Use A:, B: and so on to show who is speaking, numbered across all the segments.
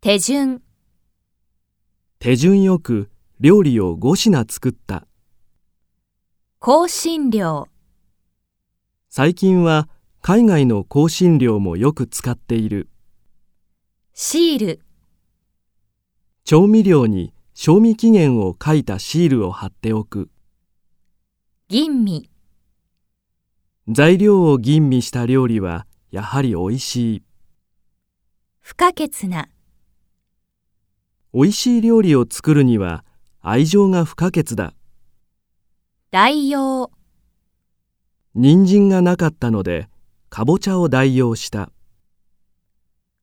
A: 手順、
B: 手順よく料理を5品作った。
A: 香辛料、
B: 最近は海外の香辛料もよく使っている。
A: シール、
B: 調味料に賞味期限を書いたシールを貼っておく。
A: 吟味、
B: 材料を吟味した料理はやはり美味しい。
A: 不可欠な、
B: 美味しい料理を作るには愛情が不可欠だ。
A: 代用、
B: 人参がなかったので、かぼちゃを代用した。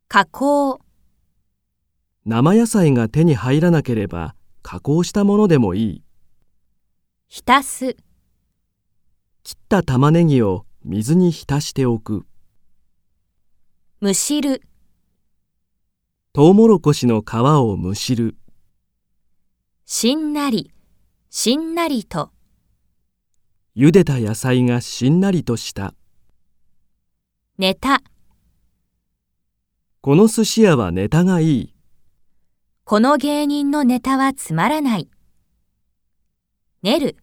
A: 加工、
B: 生野菜が手に入らなければ加工したものでもいい。
A: 浸す、
B: 切った玉ねぎを水に浸しておく。
A: むしる、
B: トウモロコシの皮をむしる。
A: しんなり、しんなりと、
B: 茹でた野菜がしんなりとした。
A: ネタ、
B: この寿司屋はネタがいい。
A: この芸人のネタはつまらない。練る、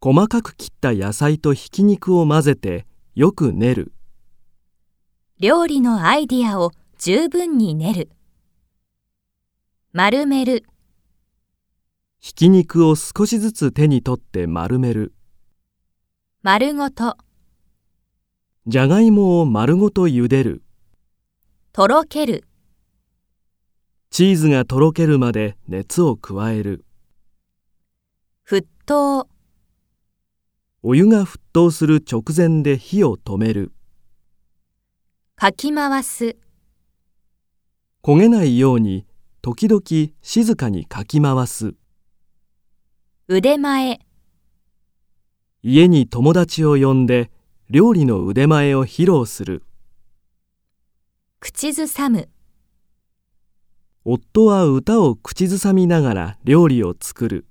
B: 細かく切った野菜とひき肉を混ぜてよく練る。
A: 料理のアイディアを十分に練る。丸める、
B: ひき肉を少しずつ手に取って丸める。
A: 丸ごと、
B: じゃがいもを丸ごと茹でる。
A: とろける、
B: チーズがとろけるまで熱を加える。
A: 沸騰、
B: お湯が沸騰する直前で火を止める。
A: かき回す、
B: 焦げないように時々静かにかき回す。
A: 腕前、
B: 家に友達を呼んで料理の腕前を披露する。
A: 口ずさむ、
B: 夫は歌を口ずさみながら料理を作る。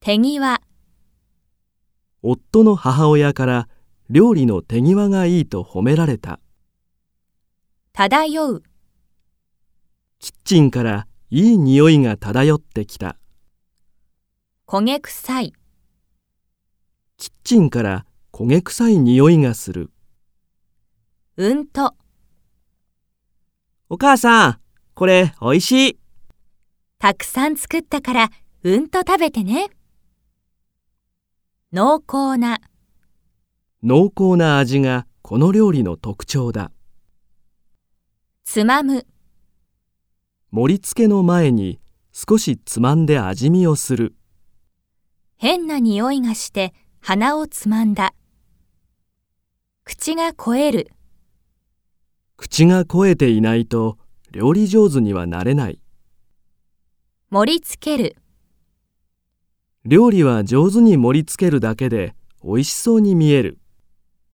A: 手際、
B: 夫の母親から料理の手際がいいと褒められた。
A: 漂う、
B: キッチンからいい匂いが漂ってきた。
A: 焦げ臭い、
B: キッチンから焦げ臭い匂いがする。
A: うんと、
B: お母さん、これおいしい。
A: たくさん作ったから、うんと食べてね。濃厚な、
B: 濃厚な味がこの料理の特徴だ。
A: つまむ、
B: 盛り付けの前に少しつまんで味見をする。
A: 変な匂いがして鼻をつまんだ。口が肥える、
B: 口が肥えていないと料理上手にはなれない。
A: 盛り付ける、
B: 料理は上手に盛り付けるだけで美味しそうに見える。